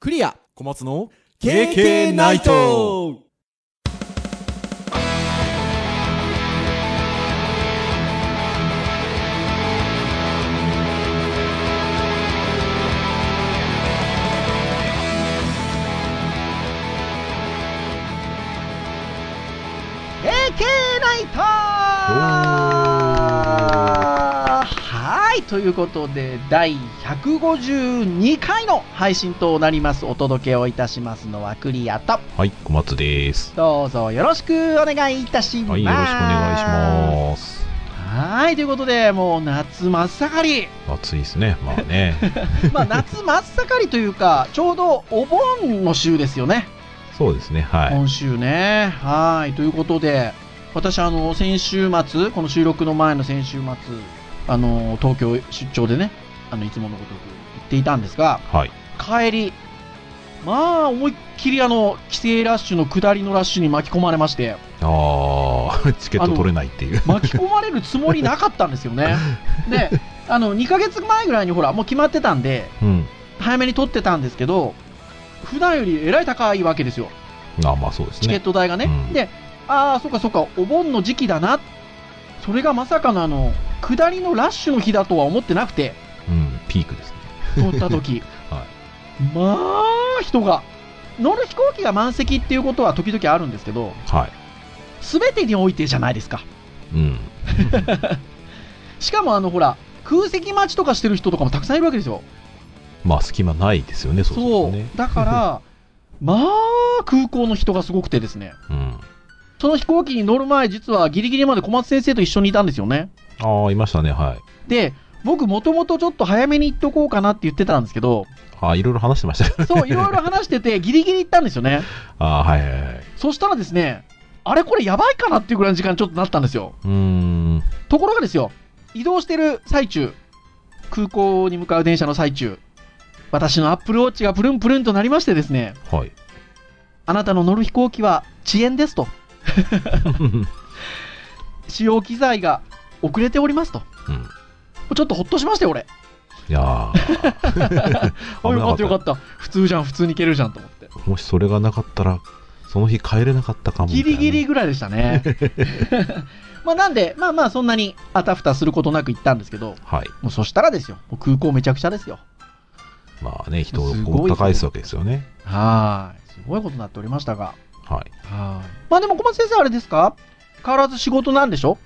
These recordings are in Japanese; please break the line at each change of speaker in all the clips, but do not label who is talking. クリア
小松の
KK ナイト
はいということで第152回の配信となりますお届けをいたしますのはクリアと
はい、小松です。
どうぞよろしくお願いいたします
はい、よろしくお願いします。
すはいということでもう夏真っ盛り
暑いですね。まあ ね。
まあ夏真っ盛りというかちょうどお盆の週ですよね
そうですね。はい。
今週ね。はい。ということで、私、あの、先週末、この収録の前の先週末、あの、東京出張でね、あの、いつものごとく行っていたんですが、
はい。
帰り、まあ、思いっきりあの、帰省ラッシュの下りのラッシュに巻き込まれまして、
ああ、 チケット取れないっていう。
巻き込まれるつもりなかったんですよ ね。で、あの、2ヶ月前ぐらいにほら、もう決まってたんで、
うん。
早めに取ってたんですけど、普段よりえらい高いわけですよ。
ああまあそうです
チケッ
ね。
ト代がね。
うん
で、ああ、そっかそっか、お盆の時期だな。それがまさかのあの、下りのラッシュの日だとは思ってなくて、
うん、ピークですね。
取った時。
は
まあ、人が。乗る飛行機が満席っていうことは時々あるんですけど、
は
すべてにおいてじゃないですか。
い。うん。
しかもあの、ほら、空席待ちとかしてる人とかもたくさんいるわけですよ。
まあ隙間ないですよね、そう
そう。
ですね。
だから、 まあ、空港の人がすごくてですね。
うん。
その飛行機に乗る前、実はギリギリまで小松先生と一緒にいたんですよね。
ああ、いましたね。はい。
で、僕もともとちょっと早めに行っとこうかなって言ってたんですけど、
ああ、いろいろ話してました よね。
そう、いろいろ話して て、ギリギリ行ったんですよね。
ああ、はいはいはい。
そしたらですね、あれこれやばいかなっていうぐらいの時間にちょっとなったんですよ。
うーん。
ところがですよ、移動してる最中、空港に向かう電車の最中、私のアップルウォッチがプルンプルンとなりましてですね、
はい。
あなたの乗る飛行機は遅延ですと、
うん。
使用機材が遅れておりますと。ちょっとほっとしましたよ、俺。
い や ー
あ、よかった
危
よか
な
った。普通じゃん、普通に行けるじゃんと思って。
たもしそれがなかったら、その日帰れなかったかもみ
ギ
たい
リ
な。
ギリぐらいでし たね。まあなんで、まあまあそんなにあたふたすることなく行ったんですけど、
はい。
もうそしたらですよ、もう空港めちゃくちゃですよ。
まあね、人を
す
こ
ご
う
い
高いすわけですよね。
はーい。すごいことになっておりましたが。
はい。
はーい。まあでも小松先生あれですか変わらず仕事なんでしょ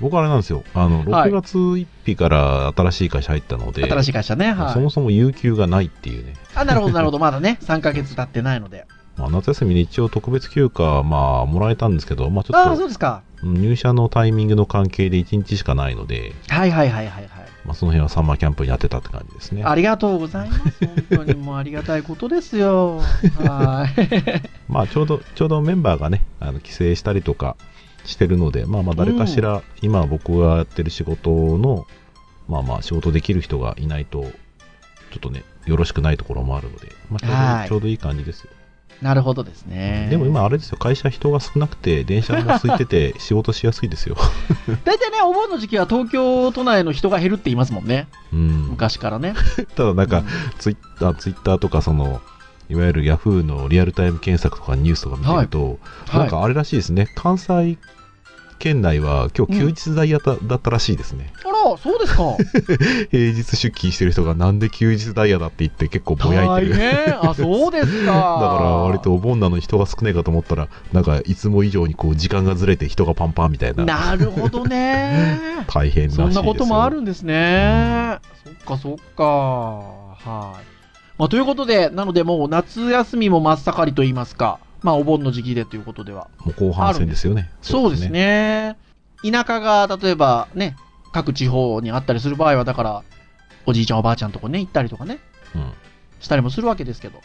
僕あれなんですよ。あの、
はい
6月1日から新しい会社入ったので、
新しい会社ね。は
そ
い
も。そも有給がないっていうね。
あ、なるほどなるほど。まだね、3ヶ月経ってないので。
まあ、夏休みに一応特別休暇、まあ、もらえたんですけど、まあ、ちょ
あ
っ
あ、そ
と
うですか。
うん入社のタイミングの関係で1日しかないので、
はいはいはいはいはい。
まあ、その辺はサマーキャンプに当てたって感じですね。
ありがとうございます。本当にもうありがたいことですよ。は ーい。
まあ、ちょうど、ちょうどメンバーがね、あの帰省したりとかしてるので、まあまあ、誰かしら、今僕がやってる仕事の、まあまあ、仕事できる人がいないと、ちょっとね、よろしくないところもあるので、まあちょうど
はい
ちょうどいい感じですよ。
なるほどですね。
でも今、あれですよ、会社人が少なくて、電車が空いて て、仕事しやすいですよ。
大体ね、お盆の時期は東京都内の人が減るって言いますもんね。
うん。
昔からね。
ただ、なん
う
か
ん、
ツイッター、ツイッターとか、その、いわゆるヤフーのリアルタイム検索とかニュースとか見てると、
は
なん
い。
かあれらしいですね、関西県内は今日休日代やった、だったらしいですね。
あら、そうですか。
平日出勤してる人がなんで休日ダイヤだって言って結構ぼやい
大
てる。だか
変。あ、そうです か。だから
割と。お盆なのに人が少ないかと思ったら、なんかいつも以上にこう時間がずれて人がパンパンみたいな。
なるほどね。
大変らしいです
そ
よ
んなこともあるんですね。そっかそっか。はい。まあ、ということで、なのでもう夏休みも真っ盛りと言いますか。まあ、お盆の時期でということでは。
もう後半戦ですよね。
そうです。ね。田舎が、例えばね、各地方にあったりする場合は、だから、おじいちゃんおばあちゃんとこね、行ったりとかね、
うん。
したりもするわけですけど、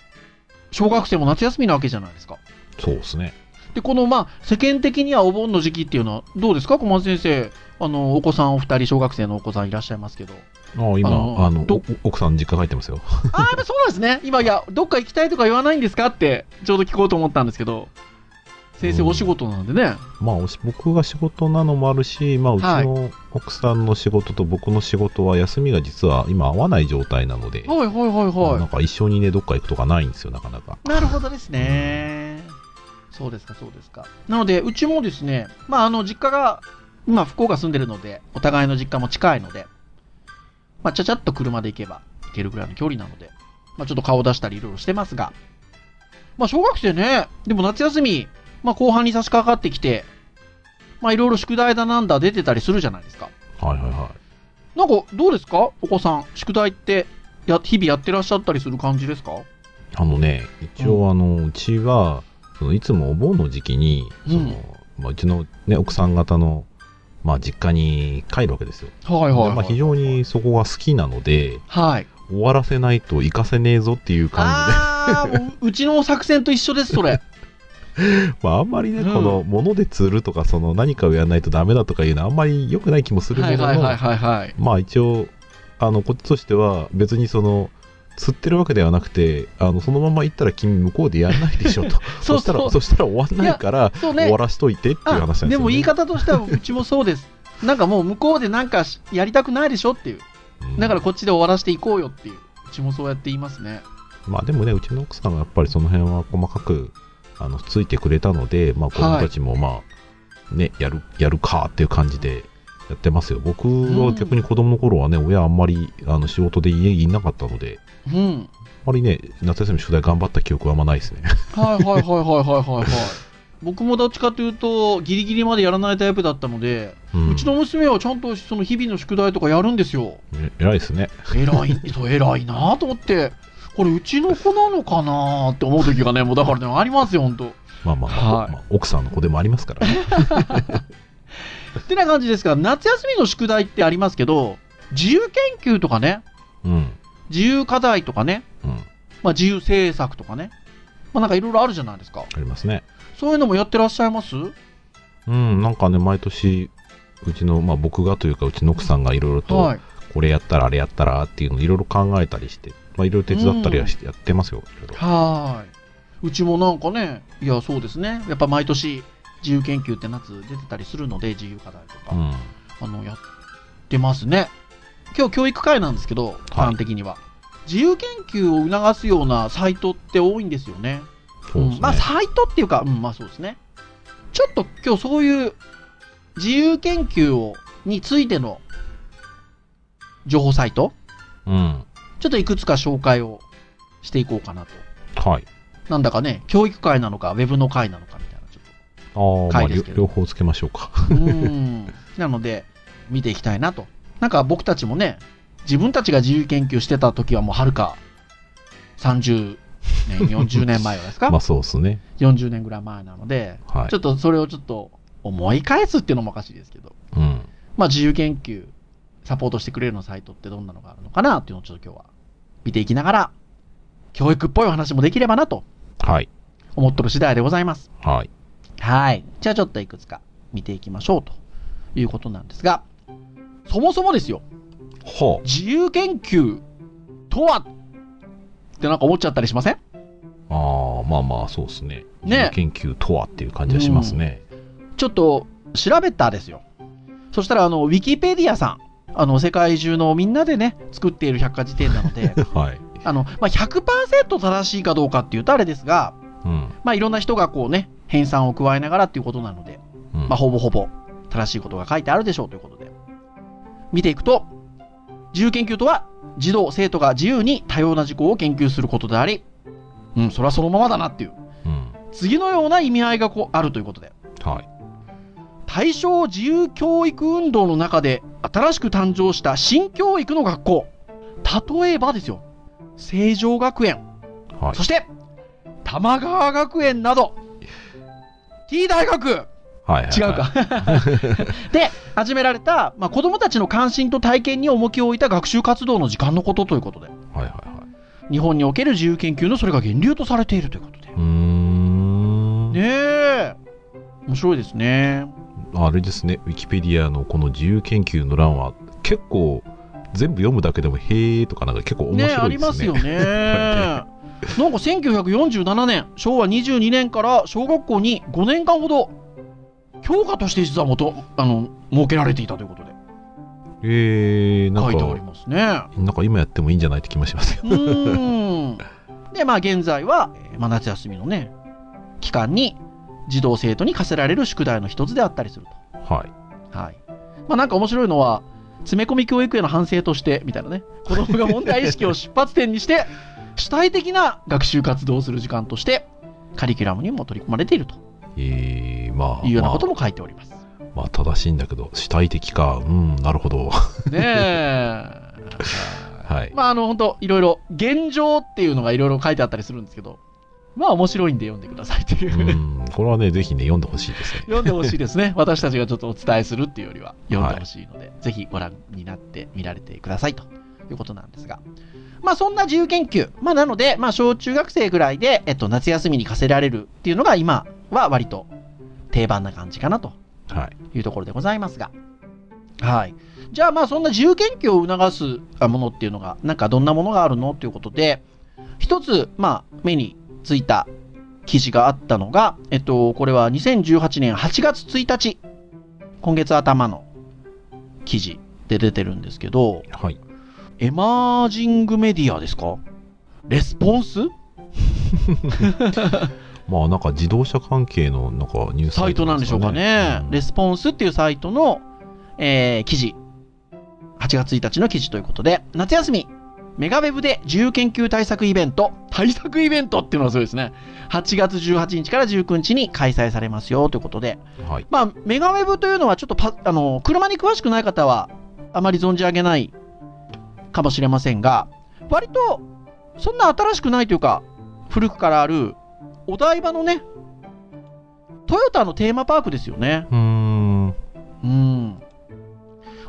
小学生も夏休みなわけじゃないですか。
そうですね。
で、この、まあ、世間的にはお盆の時期っていうのは、どうですか、小松先生。あの、お子さんお二人、小学生のお子さんいらっしゃいます けど。
ああ今、
あ
あ
の
の
ど
お奥さん実家帰ってますよ。
ああ、やっぱそうなんですね。今、いや、どっか行きたいとか言わないんですかって、ちょうど聞こうと思ったんですけど、先生お仕事なんでね。
まあ、おし僕が仕事なのもあるし、まあ、うち
はい
の奥さんの仕事と僕の仕事は休みが実は今合わない状態なので、
はいはいはい
な
は
んか一緒にね、どっか行くとかないんですよ、なかなか。
い。なるほどですね。そうですかそうですか。なので、うちもですね、まああの、実家が、今福岡住んでるので、お互いの実家も近いので、まあちゃちゃっと車で行けば行けるぐらいの距離なので、まあちょっと顔出したりいろいろしてますが、まあ小学生ね、でも夏休み、まあ後半に差し掛かってきて、まあいろいろ宿題だなんだ出てたりするじゃないですか。
はいはいは
なんかどうですかお子さん宿題ってや日々やってらっしゃったりする感じですか
い。あのね、一応、あの、うちは、そのいつもお盆の時期に、その、
うん
まあ、うちのね、奥さん方の、まあ、実家に帰るわけですよ。
は
で
い
まあ、非常にそこが好きなので、
はい
終わらせないと行かせねえぞっていう感じで、
ああもううちの作戦と一緒です それ
まあ、あんまりね、
うん
この、物で釣るとか、その、何かをやらないとダメだとかいうのは、あんまり良くない気もするも
はい
のの、
はいはいはいはい
まあ、一応、あの、こっちとしては、別にその、釣ってるわけではなくて、あの、そのまま行ったら君向こうでやんないでしょと。
そう
した
そ
ら、
う
そしたら終わんないから、
そう
終
ね
わらしといてっていう話なん
あ
ですよ、ね。
でも言い方としてはうちもそうですなんかもう向こうでなんかしやりたくないでしょっていう
うん
だからこっちで終わらせていこうよっていううちもそうやって言いますね
まあでもね、うちの奥さんはやっぱりその辺は細かくあのついてくれたので、まあ、子供たちもまあ、ね、やる、やるかっていう感じでやってますよ。僕
う
は
ん
逆に子供の頃はね、親あんまりあの仕事で家にいなかったので、
うん
あまりね、夏休み宿題頑張った記憶はあんまないですね。
はいはいはいはいはい はいはい僕もどっちかというとギリギリまでやらないタイプだったので
うん
うちの娘はちゃんとその日々の宿題とかやるんですよ。
え偉いですね。
偉い、そう偉いなと思って、これうちの子なのかなって思う時がね、もうだからね、ありますよ、ほんと。
まあまあまあ、
はい
まあ奥さんの子でもありますからね。
ってな感じですが、夏休みの宿題ってありますけど、自由研究とかね、
うん。
自由課題とかね、
うん。
まあ自由制作とかね、まあなんかいろいろあるじゃないですか。
ありますね。
そういうのもやってらっしゃいます
うん、なんかね、毎年、うちの、まあ僕がというか、うちの奥さんがいろいろと、
はい。
これやったらあれやったらっていうのをいろいろ考えたりして、まあ、いろいろ手伝ったりはしてやってますよ、いろいろ
はーい。うちもなんかね、いや、そうですね。やっぱ毎年、自由研究って夏出てたりするので、自由課題とか。
うん
あの、やってますね。今日教育会なんですけど、基本的には。自由研究を促すようなサイトって多いんですよね。
そうです
ん
ね
まあ、サイトっていうか、うん、まあそうですね。ちょっと今日そういう自由研究を、についての情報サイト、
うん
ちょっといくつか紹介をしていこうかなと。
はい
なんだかね、教育会なのか、ウェブの会なのかみたいな、ちょっと。
あー、まあ
回です
両
けど
両方つけましょうか
うんなので、見ていきたいなと。なんか僕たちもね、自分たちが自由研究してた時はもうはるか30年、40年前です か、
まあそうですね
40年ぐらい前なので、
はい
ちょっとそれをちょっと思い返すっていうのもおかしいですけど、
うん
まあ自由研究サポートしてくれるのサイトってどんなのがあるのかなっていうのをちょっと今日は見ていきながら、教育っぽいお話もできればなと
はい
思っとる次第でございます。
はい
はい。じゃあちょっといくつか見ていきましょうということなんですが、そもそもですよ、
ほう
自由研究とはってなんか思っちゃったりしません
ああまあまあそうですね
ね
自由研究とはっていう感じはしますね、
ちょっと調べたですよ。そしたら、あの、ウィキペディアさん、あの、世界中のみんなでね、作っている百科事典なの で、
はい、
あの、まあ、100%正しいかどうかっていうとあれですが、
うん
まあ、いろんな人がこうね、編纂を加えながらっていうことなので、
うん
まあ、ほぼほぼ正しいことが書いてあるでしょうということで見ていくと自由研究とは児童生徒が自由に多様な事項を研究することでありうんそれはそのままだなっていう
うん
次のような意味合いがこうあるということで
はい
大正自由教育運動の中で新しく誕生した新教育の学校例えばですよ成城学園
はい
そして玉川学園など T 大学
はいはいはい
違うか。で、始められた、まあ、子供たちの関心と体験に重きを置いた学習活動の時間のことということで、
はいはいはい
日本における自由研究のそれが源流とされているということで。
うーん
ねえ。面白いですね。
あれですね、ウィキペディアのこの自由研究の欄は、結構、全部読むだけでも、へーとかなんか結構面白い
ね
ですね。
ありますよね。なんか1947年、昭和22年から小学校に5年間ほど、教科として実はもと、あの、設けられていたということで、
えー、な
書
ん
いてあり
か、
ますね。
なんか今やってもいいんじゃないって気もしますよ。
うーん。で、まあ現在は、えーまあ、夏休みのね、期間に児童生徒に課せられる宿題の一つであったりする
はい。
と。はい。まあなんか面白いのは、詰め込み教育への反省として、みたいなね、子供が問題意識を出発点にして、 主体的な学習活動をする時間として、カリキュラムにも取り組まれていると
えー、まあ、
いうようなこと
ま
も書いております。
あ、まあ正しいんだけど、主体的か、うん、なるほど。
ねえ。
はい。
まああの本当いろいろ現状っていうのがいろいろ書いてあったりするんですけど、まあ面白いんで読んでくださいといううね。
ん、これはね、ぜひね、読んでほしいですね。
読んでほしいですね。私たちがちょっとお伝えするっていうよりは、読んでほしいので、ぜひご覧になって見られてくださいということなんですが。まあそんな自由研究。まあなので、まあ小中学生ぐらいで、えっと、夏休みに課せられるっていうのが今は割と定番な感じかなと
はい。
いうところでございますが。はい。じゃあまあそんな自由研究を促すものっていうのが、なんかどんなものがあるのっていうことで、一つ、まあ目についた記事があったのが、えっと、これは2018年8月1日、今月頭の記事で出てるんですけど、
はい。
エマージングメディアですかレスポンス
まあ、なんか自動車関係の、なんかニュース
サイトなんでしょうかね。
うん
レスポンスっていうサイトの、えー記事。8月1日の記事ということで、夏休み、メガウェブで自由研究対策イベント、対策イベントっていうのがすごいですね。8月18日から19日に開催されますよということで、
はい。
まあ、メガウェブというのはちょっとパあの車に詳しくない方はあまり存じ上げないかもしれませんが割とそんな新しくないというか古くからあるお台場のねトヨタのテーマパークですよね
うーん。は
うん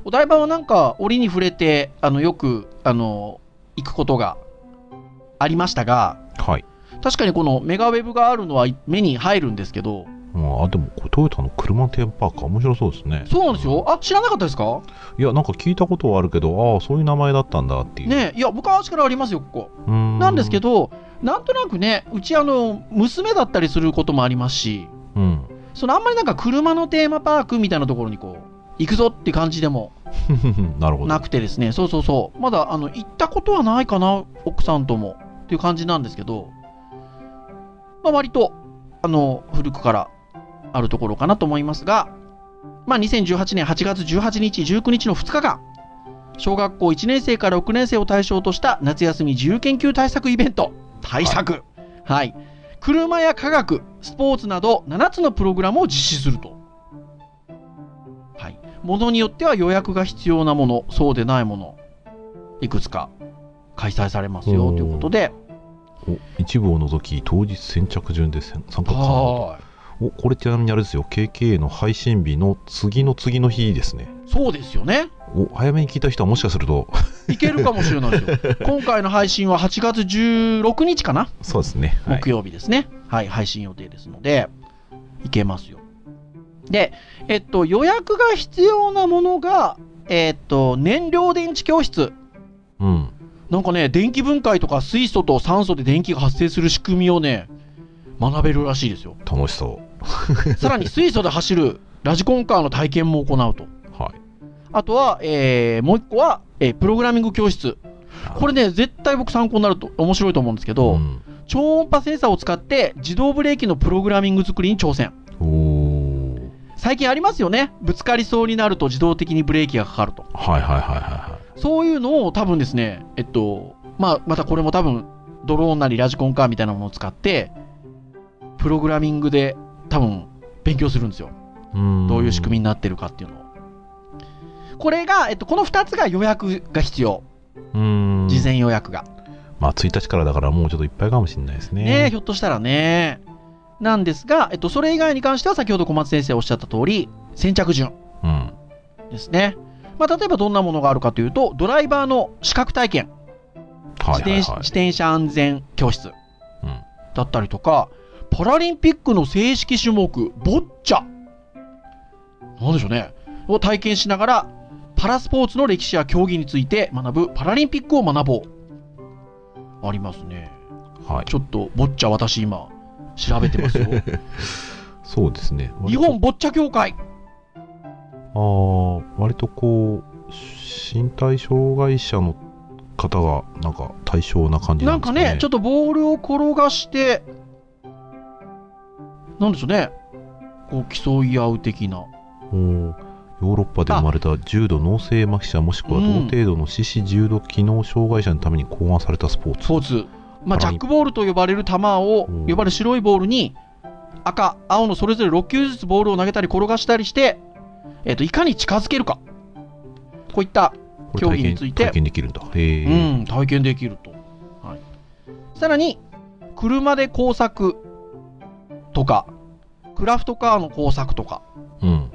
お台場はなんか折に触れてあのよくあの行くことがありましたが
い。
確かにこのメガウェブがあるのは目に入るんですけど
まあ、でも、トヨタの車テーマパーク、面白そうですね。
そうなんですよあ知らなかったですか
いや、なんか聞いたことはあるけど、ああ、そういう名前だったんだっていう。
ねいや昔からありますよここ
うーん。
なんですけ
ど、
どなんとなくねうちあの娘だったりすることもありますし
うん。
そのあんまりなんか車のテーマパークみたいなところにこう行くぞって感じでも
なるほど。
なくてですねそうそうそうまだあの行ったことはないかな奥さんともっていう感じなんですけど、まあ、割とあの古くからあるところかなと思いますが、まあ、2018年8月18日19日の2日間小学校1年生から6年生を対象とした夏休み自由研究対策イベント対策はい、車や科学スポーツなど7つのプログラムを実施するとはい、ものによっては予約が必要なものそうでないものいくつか開催されますよ
うん
ということで
お一部を除き当日先着順で参加可能と
は
おこれちなみにあれですよ KK の配信日の次の次の日ですね
いそうですよね
お早めに聞いた人はもしかすると
いけるかもしれないですよ今回の配信は8月16日かな、
そうですね、はい
木曜日ですねはい配信予定ですのでいけますよでえっと予約が必要なものがえっと燃料電池教室
うん
なんかね電気分解とか水素と酸素で電気が発生する仕組みをね学べるらしい ですよ
楽しそ
さらに水素で走るラジコンカーの体験も行うと。
うはい
あとは、えーもう一個は、えープログラミング教室。これね、絶対僕参考になると面白いと思うんですけど、
うん
超音波センサーを使って自動ブレーキのプログラミング作りに挑戦。
おー
最近ありますよね。ぶつかりそうになると自動的にブレーキがかかると。
はいはいはいはいはい
そういうのを多分ですね、えっと、まあ、またこれも多分ドローンなりラジコンカーみたいなものを使って、プログラミングで多分勉強するんですよ。どういう仕組み
み
になってるかっていうのを。これが、えっと、この2つが予約が必要。
うん
事前予約が。
まあ1日からだからもうちょっといっぱいかもしれないですね
ねえひょっとしたらね。なんですが、えっと、それ以外に関しては先ほど小松先生おっしゃった通り、先着順
うん
ですね。まあ、例えばどんなものがあるかというと、ドライバーの資格体験、
はいはい
自転
はい
自転車安全教室
うん
だったりとか、パラリンピックの正式種目、ボッチャ。なんでしょうね。を体験しながら、パラスポーツの歴史や競技について学ぶパラリンピックを学ぼう。ありますね。
はい
ちょっと、ボッチャ私今、調べてま すよ。
そうですね
日本ボッチャ協会
ああ、割とこう、身体障害者の方が、なんか対象な感じ
な
なん
ん
です
か
かね。
ね、ちょっとボールを転がして、なんでしょうね、こう競い合う的な。
おーヨーロッパで生まれた重度脳性麻痺者もしくは同程度の四肢重度機能障害者のために考案されたスポー
ス
ツ。
ポーツ、まあ、ジャックボールと呼ばれる球を
うん、
呼ばれる白いボールに、赤、青のそれぞれ6球ずつボールを投げたり転がしたりして、えっといかに近づけるか、こういった、
これ体
競技に
験
ついて
体験できるんだ。へえ、
うん、体験できると。はい、さらに、車で工作とか、クラフトカーの工作とか、
うん。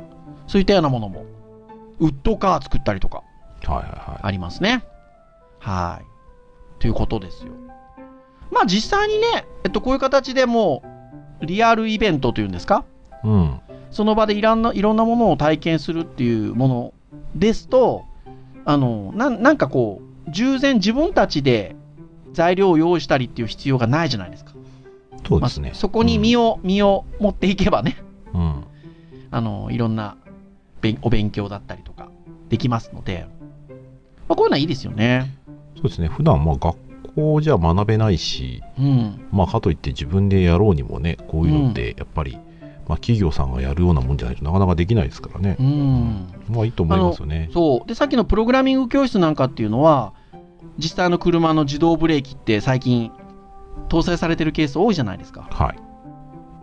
そういったようなものも、ウッドカー作ったりとか
はいはいは
ありますね。はい。ということですよ。まあ実際にね、えっと、こういう形でもう、リアルイベントというんですか
い。うん。
その場でいらんないろんなものを体験するっていうものですと、あの、なんなんかこう、従前自分たちで材料を用意したりっていう必要がないじゃないですか。
そうですね。
まあ、そこに身を、身を持っていけばね、
うん、うん。
あの、いろんなべんお勉強だったりとかできますので、まあ、こういうのはいいですよね。
そうですね。普段、まあ学校じゃ学べないし、
うん。
まあかといって自分でやろうにもね、こういうのってやっぱり、まあ企業さんがやるようなもんじゃないとなかなかできないですからね
う。ん。
まあいいと思いますよね。
そう。で、さっきのプログラミング教室なんかっていうのは、実際の車の自動ブレーキって最近、搭載されてるケース多いじゃないですか。
は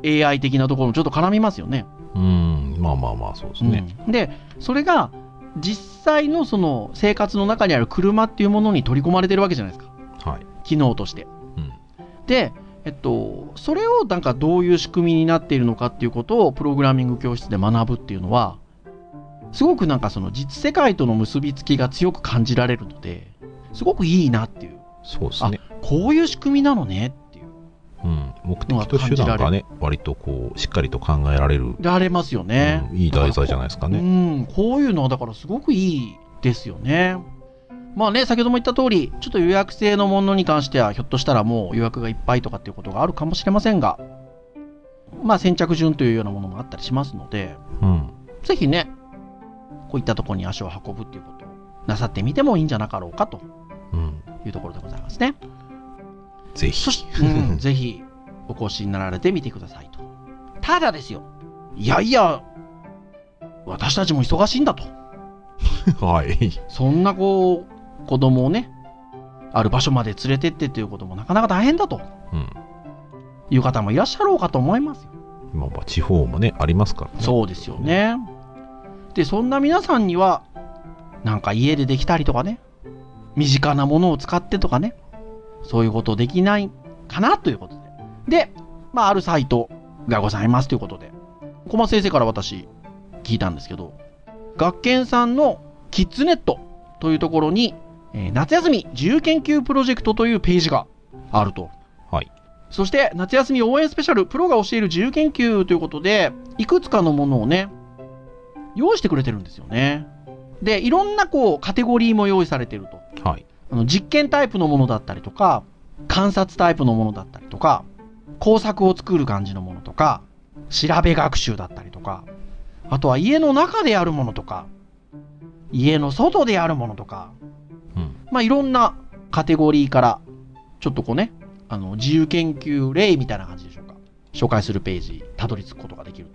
い。
AI 的なところもちょっと絡みますよね。
うん、まあまあまあ、そうですね。
うんで、それが、実際のその生活の中にある車っていうものに取り込まれてるわけじゃないですか。
はい。
機能として。
うん。
で、えっと、それをなんかどういう仕組みになっているのかっていうことをプログラミング教室で学ぶっていうのはすごくなんかその実世界との結びつきが強く感じられるのですごくいいなっていう
そうですね。
こういう仕組みなのねっていう
うん。目的と手段がね、割とこう、しっかりと考えられる、
られますよね。
うんいい題材じゃないですか
う
ね。
ん、こういうのはだからすごくいいですよね。まあね、先ほども言った通り、ちょっと予約制のものに関しては、ひょっとしたらもう予約がいっぱいとかっていうことがあるかもしれませんが、まあ先着順というようなものもあったりしますので、
うん。
ぜひね、こういったところに足を運ぶっていうことをなさってみてもいいんじゃなかろうかと
うん。
いうところでございますね。
ぜ
そ
ひ。
して、うん、ぜひお越しになられてみてくださいと。ただですよ、いやいや、私たちも忙しいんだと。
はい。
そんなこう、子供をね、ある場所まで連れてってということもなかなか大変だと
うん。
いう方もいらっしゃろうかと思いますよ。
まあまあ、地方もね、ありますからね。
そうですよね。で、そんな皆さんには、なんか家でできたりとかね、身近なものを使ってとかね、そういうことできないかなということで。で、まあ、あるサイトがございますということで、小松先生から私、聞いたんですけど、学研さんのキッズネットというところに、えー夏休み自由研究プロジェクトというページがあると。
はい。
そして、夏休み応援スペシャル、プロが教える自由研究ということで、いくつかのものをね、用意してくれてるんですよね。で、いろんなこう、カテゴリーも用意されてると。
はい。
あの実験タイプのものだったりとか、観察タイプのものだったりとか、工作を作る感じのものとか、調べ学習だったりとか、あとは家の中でやるものとか、家の外でやるものとか、
うん。
まあ、いろんなカテゴリーから、ちょっとこうね、あの、自由研究例みたいな感じでしょうか。紹介するページ、たどり着くことができる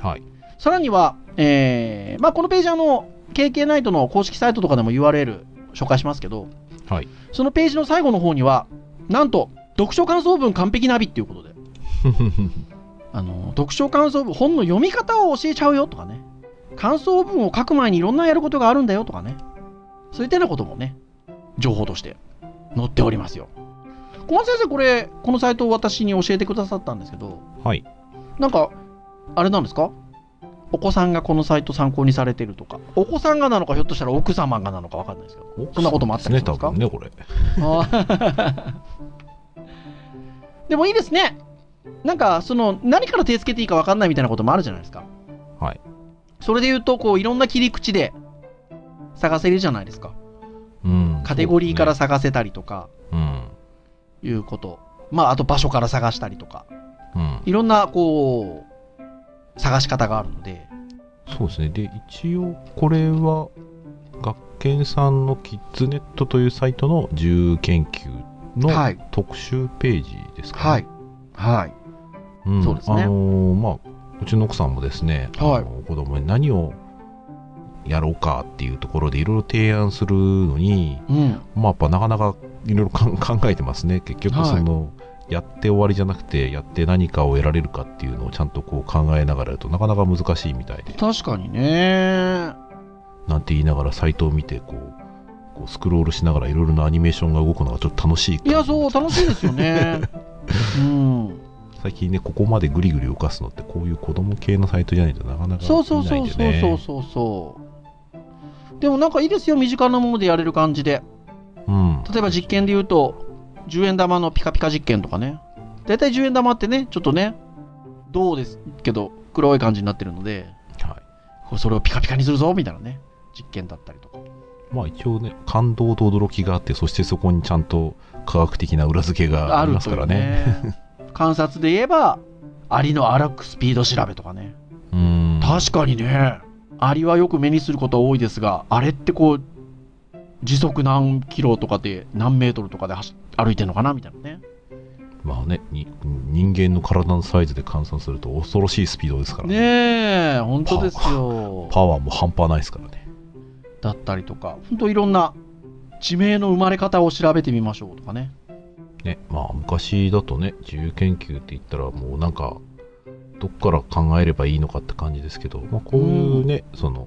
と。
はい。
さらには、えー、まあ、このページあの、KK ナイトの公式サイトとかでも URL 紹介しますけど、
はい。
そのページの最後の方には、なんと、読書感想文完璧ナビっていうことで、あの、読書感想文、本の読み方を教えちゃうよとかね、感想文を書く前にいろんなやることがあるんだよとかね、そういったようなこともね、情報として載っておりますよ。小松先生、これ、このサイトを私に教えてくださったんですけど、
はい。
なんか、あれなんですかお子さんがこのサイト参考にされてるとか、お子さんがなのか、ひょっとしたら奥様がなのかわかんないですけど、そんなこともあったり
で
し
すね、多
ますか
分ね、これ。
あー でもいいですね。なんか、その、何から手つけていいか分かんないみたいなこともあるじゃないですか。
はい。
それで言うと、こう、いろんな切り口で探せるじゃないですか。
うん。
カテゴリーから
そ
探せたりとか、
うですね。
いうこと。まあ、あと場所から探したりとか、
うん。
いろんな、こう、探し方があるので、
そうですね。で、一応、これは、学研さんのキッズネットというサイトの自由研究の
はい、
特集ページですかね。
はい、はい。
うん
そうですね
あのーまあ、うちの奥さんもですね、
はい
あのー子供に何をやろうかっていうところでいろいろ提案するのに、
うん。
まあ、やっぱなかなかいろいろかん 考えてますね。結局、
はい
その、やって終わりじゃなくて、やって何かを得られるかっていうのをちゃんとこう考えながらやると、なかなか難しいみたいで、
確かにね。
なんて言いながらサイトを見て、こう、こうスクロールしながらいろいろなアニメーションが動くのがちょっと楽しい感
い
じ
や、そう、楽しいです よね。うん。
最近ね、ここまでぐりぐり動かすのって、こういう子供系のサイトじゃないとなかなか
そうそう
見な
そ
いん
う
で
そうそう
ね。
そうそう。でもなんかいいですよ、身近なものでやれる感じで。
うん。
例えば実験で言うと、10円玉のピカピカ実験とかね。大体10円玉ってね、ちょっとね、銅ですけど、黒い感じになってるので、
は
これそれをピカピカにするぞ、みたいなね、実験だったりとか。
い。まあ一応ね、感動と驚きがあって、そしてそこにちゃんと科学的な裏付けがあります
と
か
いう
らね。
観察で言えば、アリの歩くスピード調べとかね。
うん。
確かにね、アリはよく目にすることは多いですが、あれってこう、時速何キロとかで、何メートルとかで走歩いてんのかなみたいなね。
まあねに人間の体のサイズで換算すると恐ろしいスピードですからね。
ねえ、本当ですよ。
パワーも半端ないですからね。
だったりとか、本当いろんな地名の生まれ方を調べてみましょうとかね。
ね、まあ昔だとね、自由研究って言ったらもうなんか、どっから考えればいいのかって感じですけど、まあこういうね、その、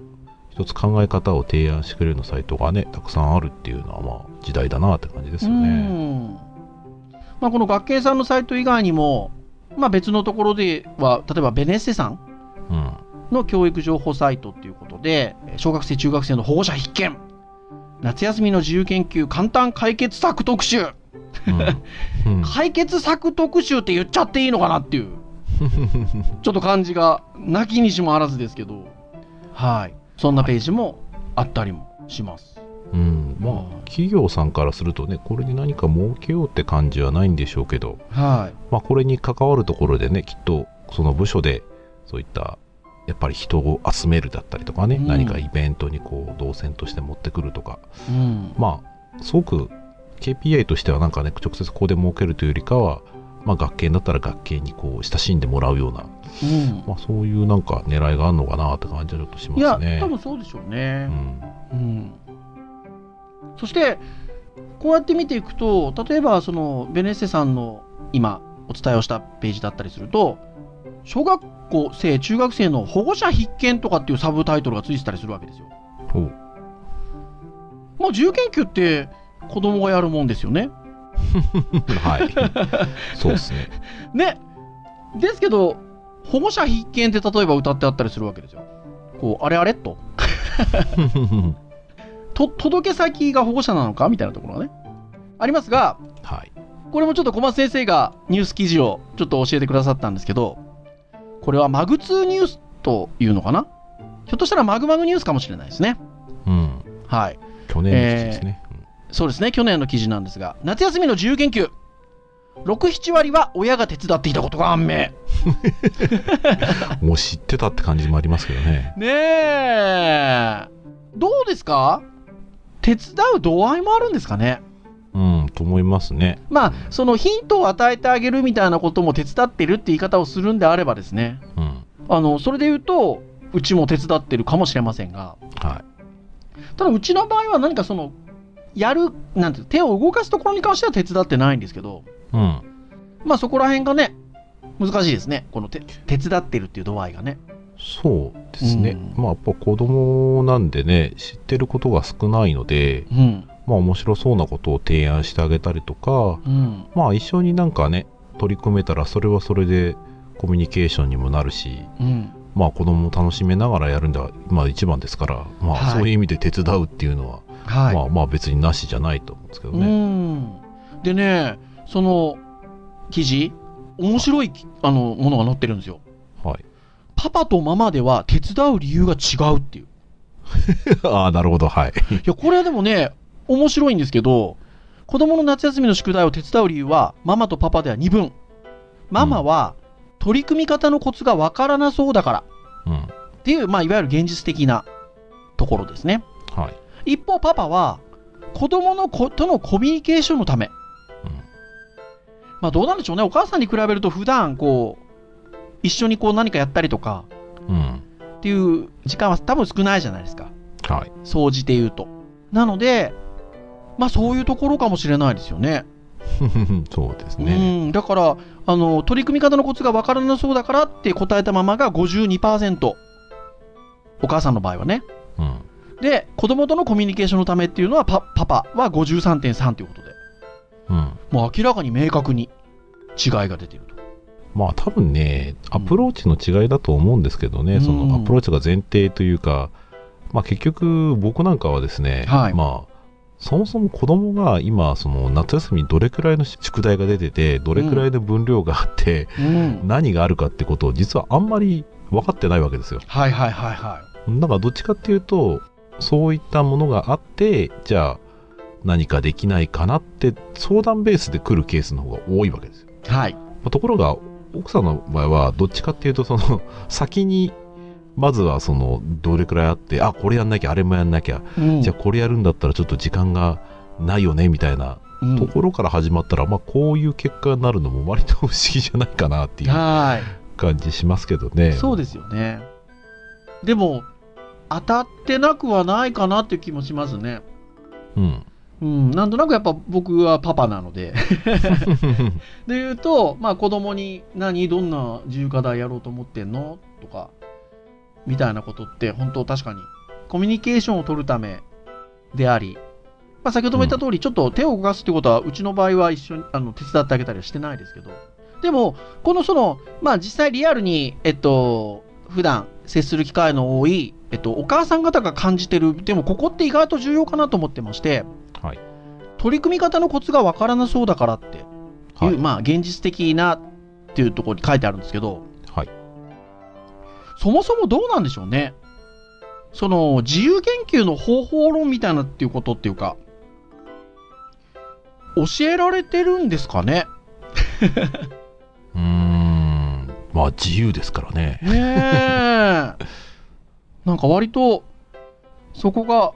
一つ考え方を提案してくれるのサイトがね、たくさんあるっていうのはまあ時代だなって感じですよね。
ん。まあ、この学慶さんのサイト以外にも、まあ、別のところでは、例えばベネッセさん
うん。
の教育情報サイトっていうことで、えー小学生、中学生の保護者必見。夏休みの自由研究簡単解決策特集。
うん。うん
解決策特集って言っちゃっていいのかなっていう、ちょっと感じが、なきにしもあらずですけど、はい。そんなページもあったりもします。
うん、まあ企業さんからするとね、これで何か儲けようって感じはないんでしょうけど、
はい。
まあ、これに関わるところでねきっとその部署でそういったやっぱり人を集めるだったりとかね、
うん
何かイベントにこう動線として持ってくるとか
うん
まあすごく KPI としてはなんかね直接ここで儲けるというよりかは、まあ、学研だったら学研にこう親しんでもらうような、
うん
まあ、そういうなんか狙いがあるのかなって感じはちょっとしま
い
す
や、
ね。
多分そうでしょう
う
ね。
ん
うんそして、こうやって見ていくと、例えば、その、ベネッセさんの今、お伝えをしたページだったりすると、小学校生、中学生の保護者必見とかっていうサブタイトルがついてたりするわけですよ。
おう
もう自由研究って子供がやるもんですよね。
はい そうですね。
ね。ですけど、保護者必見って例えば歌ってあったりするわけですよ。こう、あれあれと。と届け先が保護者なのかみたいなところがねありますが
はい、
これもちょっと小松先生がニュース記事をちょっと教えてくださったんですけどこれはマグ2ニュースというのかなひょっとしたらマグマグニュースかもしれないですね
うん、
はい
去年の記事ですね。
そうですね去年の記事なんですが夏休みの自由研究67割は親が手伝っていたことが判明
うんもう知ってたって感じもありますけどね。
ねえどうですか手伝う度合いもあるんですかね
うん、と思いますね。
まあ、そのヒントを与えてあげるみたいなことも手伝ってるって言い方をするんであればですね、
うん。
あの、それで言うと、うちも手伝ってるかもしれませんが、
は
ただうちの場合は何かその、やる、なんていうの手を動かすところに関しては手伝ってないんですけど、
い。うん。
まあそこら辺がね、難しいですね。この手、手伝ってるっていう度合いがね。
そうですね。
うん
まあ、やっぱ子供なんでね、知ってることが少ないので、
うん。
まあ、面白そうなことを提案してあげたりとか、
うん。
まあ、一緒になんかね、取り組めたら、それはそれでコミュニケーションにもなるし、
うん。
まあ、子供も楽しめながらやるんだ、まあ、一番ですから、ま
は
あ、
い
そういう意味で手伝うっていうのは、
はい。
まあ、まあ、別になしじゃないと思うんですけどね。
うん。でね、その、記事、面白いき、あの、ものが載ってるんですよ。
はい。
パパとママでは手伝う理由が違うっていう。
ああ、なるほど、はい。
いや、これはでもね、面白いんですけど、子供の夏休みの宿題を手伝う理由は、ママとパパでは二分。ママは、取り組み方のコツがわからなそうだから。
うん。
っていう、まあ、いわゆる現実的なところですね。
はい。
一方、パパは、子供のことのコミュニケーションのため。まあ、どうなんでしょうね。お母さんに比べると、普段、こう、一緒にこう何かやったりとか、
うん。
っていう時間は多分少ないじゃないですか。
はい。
総じて言うと。なので、まあそういうところかもしれないですよね。
そうですね。
うん。だから、あの、取り組み方のコツがわからなそうだからって答えたままが52%。お母さんの場合はね。
うん。
で、子供とのコミュニケーションのためっていうのはパ、パパは53.3ということで、
うん。
もう明らかに明確に違いが出てると。
まあ多分ね、アプローチの違いだと思うんですけどね、
うん
そのアプローチが前提というか、まあ結局僕なんかはですね、
はい
まあ、そもそも子供が今、その夏休みにどれくらいの宿題が出てて、どれくらいの分量があって、
うん。
何があるかってことを実はあんまり分かってないわけですよ。
はいはいはいは
だからどっちかっていうと、そういったものがあって、じゃあ何かできないかなって相談ベースで来るケースの方が多いわけですよ。
い。はい。
まあところが、奥さんの場合はどっちかっていうと、その 先に、まずはその、どれくらいあって、あ、これやんなきゃ、あれもやんなきゃ、
うん
じゃあこれやるんだったらちょっと時間がないよね、みたいな
うん
ところから始まったら、まあこういう結果になるのも割と不思議じゃないかなっていう
はい。
感じしますけどね。
そうですよね。でも、当たってなくはないかなっていう気もしますね。
うん。
うん、なんとなくやっぱ僕はパパなので。で言うと、まあ子供に何、どんな自由課題やろうと思ってんのとか、みたいなことって本当確かに、コミュニケーションを取るためであり、まあ先ほども言った通り、ちょっと手を動かすってことは、うちの場合は一緒にあの手伝ってあげたりはしてないですけど、でも、このその、まあ実際リアルに、えっと、普段接する機会の多い、えっと、お母さん方が感じてる、でもここって意外と重要かなと思ってまして、
はい。
取り組み方のコツがわからなそうだからって、い
は
う、
い。
まあ、現実的なっていうところに書いてあるんですけど、
はい。
そもそもどうなんでしょうね。その、自由研究の方法論みたいなっていうことっていうか、教えられてるんですかね。
うーん。まあ自由ですからね。
ねえ。 なんか割と、そこが、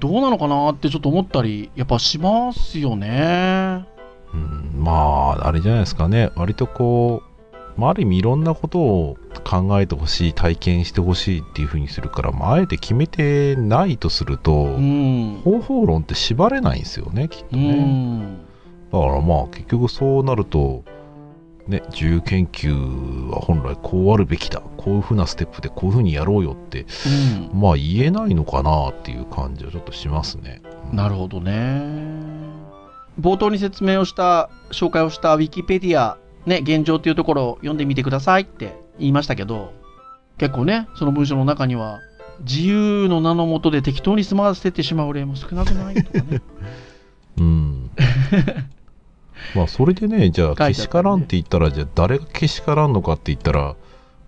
どうなのかなってちょっと思ったり、やっぱしますよね。
うん、まああれじゃないですかね割とこう、まあ、ある意味いろんなことを考えてほしい体験してほしいっていうふうにするから、まあ、あえて決めてないとすると、
うん。
方法論って縛れないんですよねきっと
う
ね、
ん。
だからまあ結局そうなるとね自由研究は本来こうあるべきだこういうふうなステップでこういうふうにやろうよって
うん。
まあ言えないのかなっていう感じはちょっとしますね
なるほどね。冒頭に説明をした、紹介をしたウィキペディア、ね、現状というところを読んでみてくださいって言いましたけど、結構ね、その文章の中には、自由の名のもとで適当に済ませてしまう例も少なくないとかね。
うん。まあそれでねじゃあけ
書いてあったね
しからんって言ったらじゃあ誰がけしからんのかって言ったら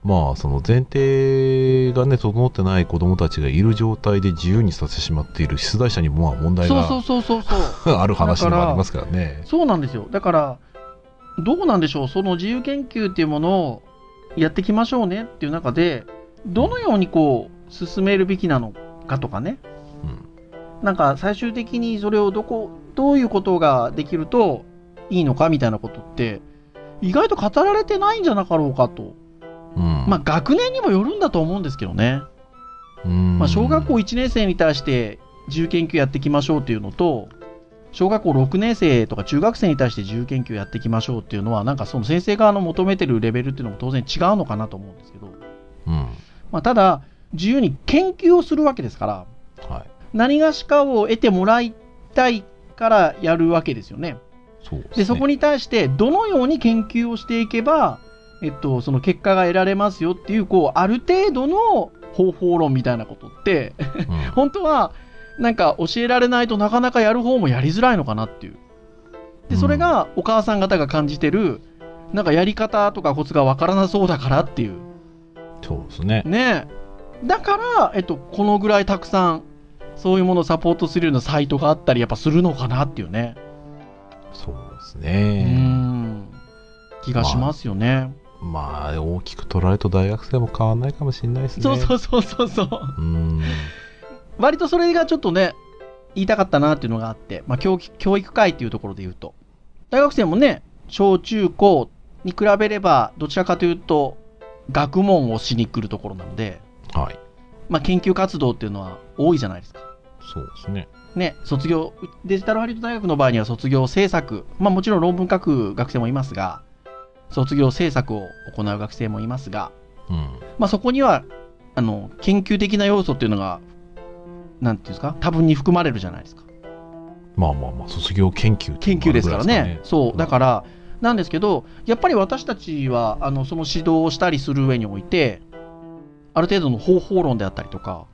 まあその前提がね整ってない子どもたちがいる状態で自由にさせてしまっている出題者にもまあ問題
そうそう
が
そうそうそう。
ある話で
だか
も
ら
ありますからね。
そうなんですよ。だから、どうなんでしょう、その自由研究っていうものをやっていきましょうねっていう中で、どのようにこう、進めるべきなのかとかね。
うん
なんか最終的にそれをどこ、どういうことができるといいのかみたいなことって、意外と語られてないんじゃなかろうかと。
うん
まあ学年にもよるんだと思うんですけどね。
うん
まあ小学校1年生に対して自由研究やっていきましょうっていうのと、小学校6年生とか中学生に対して自由研究やっていきましょうっていうのは、なんかその先生側の求めてるレベルっていうのも当然違うのかなと思うんですけど、
うん
まあただ、自由に研究をするわけですから、
はい
何がしかを得てもらいたいからやるわけですよね。
そうですね
で、そこに対して、どのように研究をしていけば、えっと、その結果が得られますよっていう、こう、ある程度の方法論みたいなことって、
うん
本当は、なんか教えられないとなかなかやる方もやりづらいのかなっていう。で、それがお母さん方が感じてる、なんかやり方とかコツがわからなそうだからっていう。
そうですね
ねえだから、えっと、このぐらいたくさんそういうものをサポートするようなサイトがあったりやっぱするのかなっていうね、
そうです
う
ね。
ん気がしますよね。
まあ、大きく取られると大学生も変わんないかもしれないですね。。
そうそううそうそうそう。
うん。
割とそれがちょっとね、言いたかったなっていうのがあって、まあ、教育教育会っていうところで言うと、大学生もね、小中高に比べれば、どちらかというと、学問をしに来るところなので、
はい。
まあ、研究活動っていうのは多いじゃないですか。
そうですね。
ね、卒業、デジタルハリウッド大学の場合には卒業制作、まあもちろん論文書く学生もいますが、卒業制作を行う学生もいますが、
うん。
まあ、そこにはあの研究的な要素っていうのがなんていうんですか多分に含まれるじゃないですか
まあまあまあ、卒業研究ってい
研
う
究
の
です
も
か
あ
ら
る
ね
ぐい
そうだから、なんですけどやっぱり私たちはあのその指導をしたりする上においてある程度の方法論であったりとか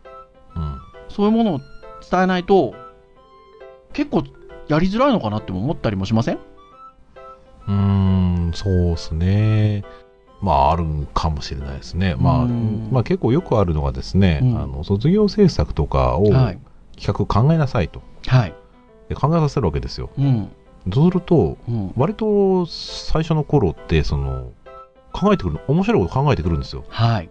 うん。
そういうものを伝えないと結構やりづらいのかなっても思ったりもしません
うーん、そうですね。まあ、あるかもしれないですね。まあ、
うん
まあ、結構よくあるのがですね、
うん
あの卒業制作とかを
はい
企画考えなさいと、
はい
で考えさせるわけですよ。
うん
そうすると、
うん
割と最初の頃って、その、考えてくる、面白いこと考えてくるんですよ。
はい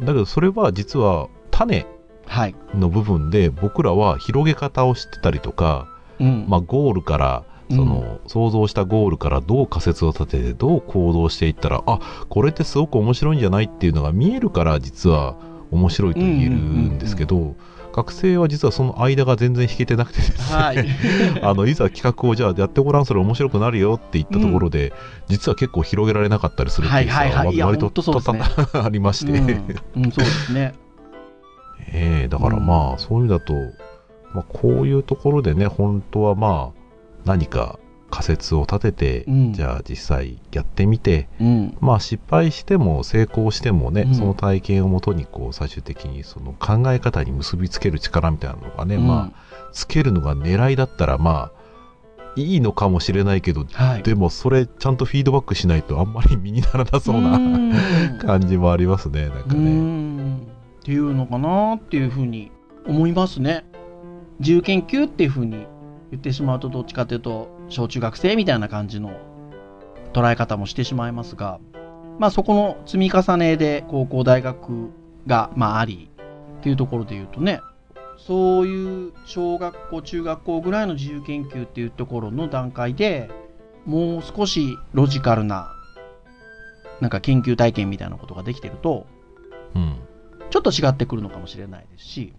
だけど、それは実は種
はい
の部分で、僕らは広げ方を知ってたりとか、
うん
まあ、ゴールから、その、想像したゴールからどう仮説を立てて、どう行動していったら、あ、これってすごく面白いんじゃないっていうのが見えるから、実は面白いと言えるんですけど、学生は実はその間が全然引けてなくてですね、
はい
あの、いざ企画をじゃあやってごらん、それ面白くなるよって言ったところで、実は結構広げられなかったりするっていうさ、
はいはいはいいや
割と
本当そうですね
多々ありまして、
うんうんそうですね
ええだからまあ、そういう意味だと、まあ、こういうところでね、本当はまあ、何か仮説を立てて、
うん
じゃあ実際やってみて、
うん
まあ失敗しても成功してもね、
うん
その体験をもとにこう最終的にその考え方に結びつける力みたいなのがね、ま
あ、
あつけるのが狙いだったらまあいいのかもしれないけど、
はい、
でもそれちゃんとフィードバックしないとあんまり身にならなそう
ー
なん感じもありますね、なん
うー
かね。
んっていうのかなっていうふうに思いますね。自由研究っていうふうに言ってしまうとどっちかというと小中学生みたいな感じの捉え方もしてしまいますが、まあそこの積み重ねで高校大学がまあありっていうところで言うとね、そういう小学校中学校ぐらいの自由研究っていうところの段階でもう少しロジカルななんか研究体験みたいなことができてると、
うん。
ちょっと違ってくるのかもしれないですし、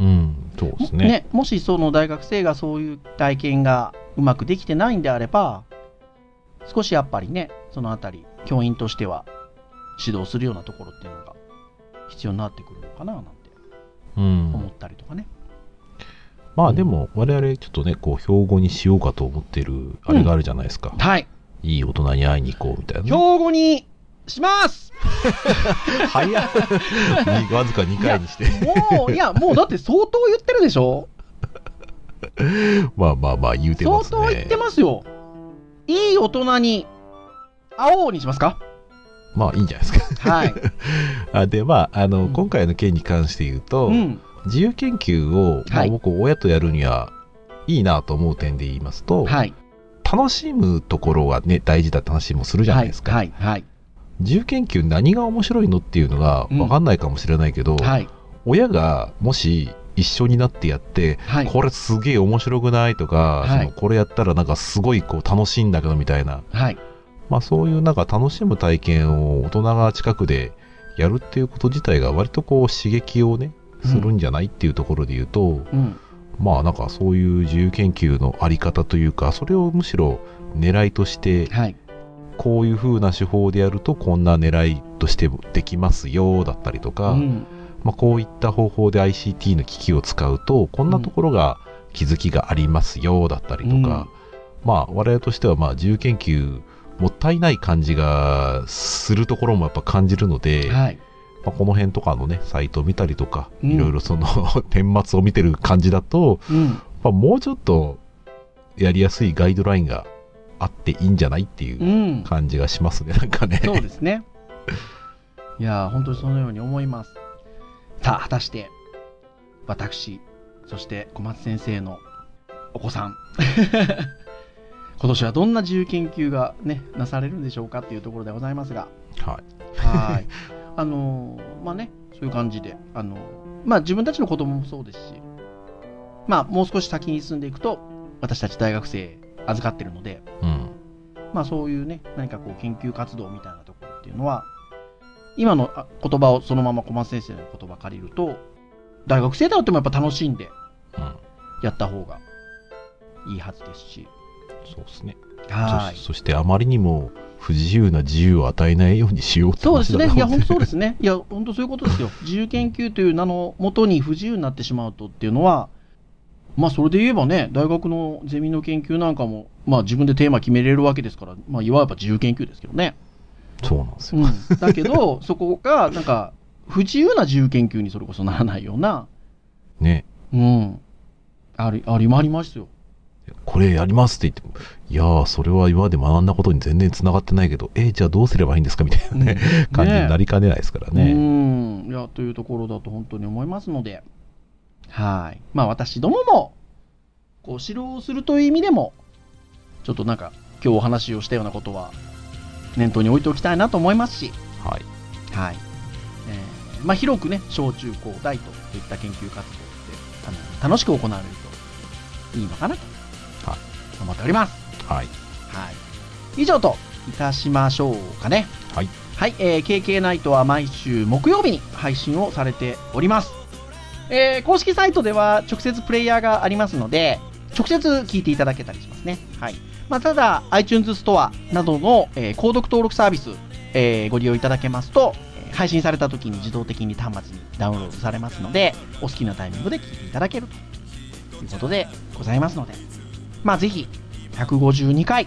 うん、そうですね。
ね、もしその大学生がそういう体験がうまくできてないんであれば、少しやっぱりね、そのあたり、教員としては指導するようなところっていうのが必要になってくるのかななんて
うん。
思ったりとかね。
まあでも我々ちょっとねこう標語にしようかと思ってるあれがあるじゃないですか、
はい。
いい大人に会いに行こうみたいな
標
ね
語にします
早いに わずか2回にして
もう、いや、もうだって相当言ってるでしょ
まあまあまあ言うてま
相
すね
当言ってますよ。いい大人に会おうにしますか
まあいいんじゃないですか
はい。
あでまああの、
うん
今回の件に関して言うと、
うん。
自由研究を、ま
は
あ、
い
僕親とやるにはいいなと思う点で言いますと、
はい。
楽しむところがね大事だって話もするじゃないですか、
はい。はい。
自由研究何が面白いのっていうのが分かんないかもしれないけど、
はい。
親がもし一緒になってやって、
はい。
これすげえ面白くないとか、
は
そ
い
のこれやったらなんかすごいこう楽しいんだけどみたいな、
はい。
まあ、そういうなんか楽しむ体験を大人が近くでやるっていうこと自体が割とこう刺激をねするんじゃないっていうところで言うと、
うん。
まあなんかそういう自由研究のあり方というかそれをむしろ狙いとして
はい。
こういう風な手法でやるとこんな狙いとしてできますよだったりと
う
か、
ん。
まあ、こういった方法で ICT の機器を使うとこんなところが気づきがありますよだったりとか、まあ我々としてはまあ自由研究もったいない感じがするところもやっぱ感じるので、
はい。
まあ、この辺とかのねサイトを見たりとか、
うん
いろいろその 顛末を見てる感じだと、
うん。。
まあ、もうちょっとやりやすいガイドラインがあっていいんじゃないっていううん感じがしますね、なんかね。
そうですね。いやー、本当にそのように思います。さあ、果たして、私、そして小松先生のお子さん。 今年はどんな自由研究がね、なされるんでしょうかっていうところでございますが、
はい。
はい。あのーまあね、そういう感じで、あのーまあ自分たちの子供もそうですし、まあもう少し先に進んでいくと、私たち大学生預かってるので、
うん。
まあそういうね、何かこう研究活動みたいなところっていうのは、今のあ言葉をそのまま小松先生の言葉借りると、大学生だってもやっぱ楽しんで
うん。
やった方がいいはずですし。
そうですね。
はい
そ。そしてあまりにも不自由な自由を与えないようにしようって
そうです
話だ
ね。
ない。
や、本当そうですすね。いや、本当そういうことですよ。自由研究という名のもとに不自由になってしまうとっていうのは、まあ、それで言えばね、大学のゼミの研究なんかも、まあ、自分でテーマ決めれるわけですから、まあ、いわば自由研究ですけどね。
そうなんですよ。
うん、だけ ど、そこが、なんか、不自由な自由研究にそれこそならないような、
ね。
うん、あり、ありもありますよ。
これやりますって言っても、いやー、それは今まで学んだことに全然つながってないけど、えーじゃあどうすればいいんですかみたいなね、
うん
感じになりかねないですから
ね
ね。
うん、いや、というところだと本当に思いますので、はい。まあ、私どもも、こう、指導をするという意味でも、ちょっとなんか、今日お話をしたようなことは、念頭に置いておきたいなと思いますし、
はい。
はい。えーまあ、広くね、小中高大といった研究活動って、あの楽しく行われるといいのかなと、
はい
思っております。
はい。
はい。以上といたしましょうかね。
はい。
はい、えー KK ナイトは毎週木曜日に配信をされております。えー公式サイトでは直接プレイヤーがありますので、直接聞いていただけたりしますね。はい。まあ、ただ、iTunes ストアなどの、えー購読登録サービス、えーご利用いただけますと、えー配信された時に自動的に端末にダウンロードされますので、お好きなタイミングで聞いていただけるということでございますので、まあ、ぜひ、152回、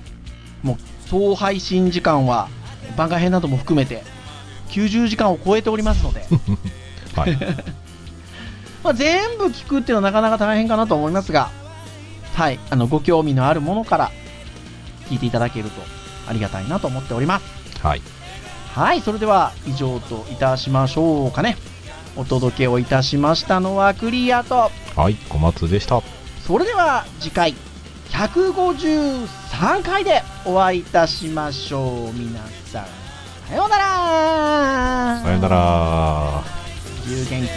もう総配信時間は番外編なども含めて90時間を超えておりますので、
はい。
まあ、全部聞くっていうのはなかなか大変かなと思いますが、はい、あのご興味のあるものから聞いていただけるとありがたいなと思っております。
はい。
はい、それでは以上といたしましょうかね。お届けをいたしましたのはクリアと、
はい。小松でした。
それでは次回153回でお会いいたしましょう皆さんさようなら
さよなら。
自由研究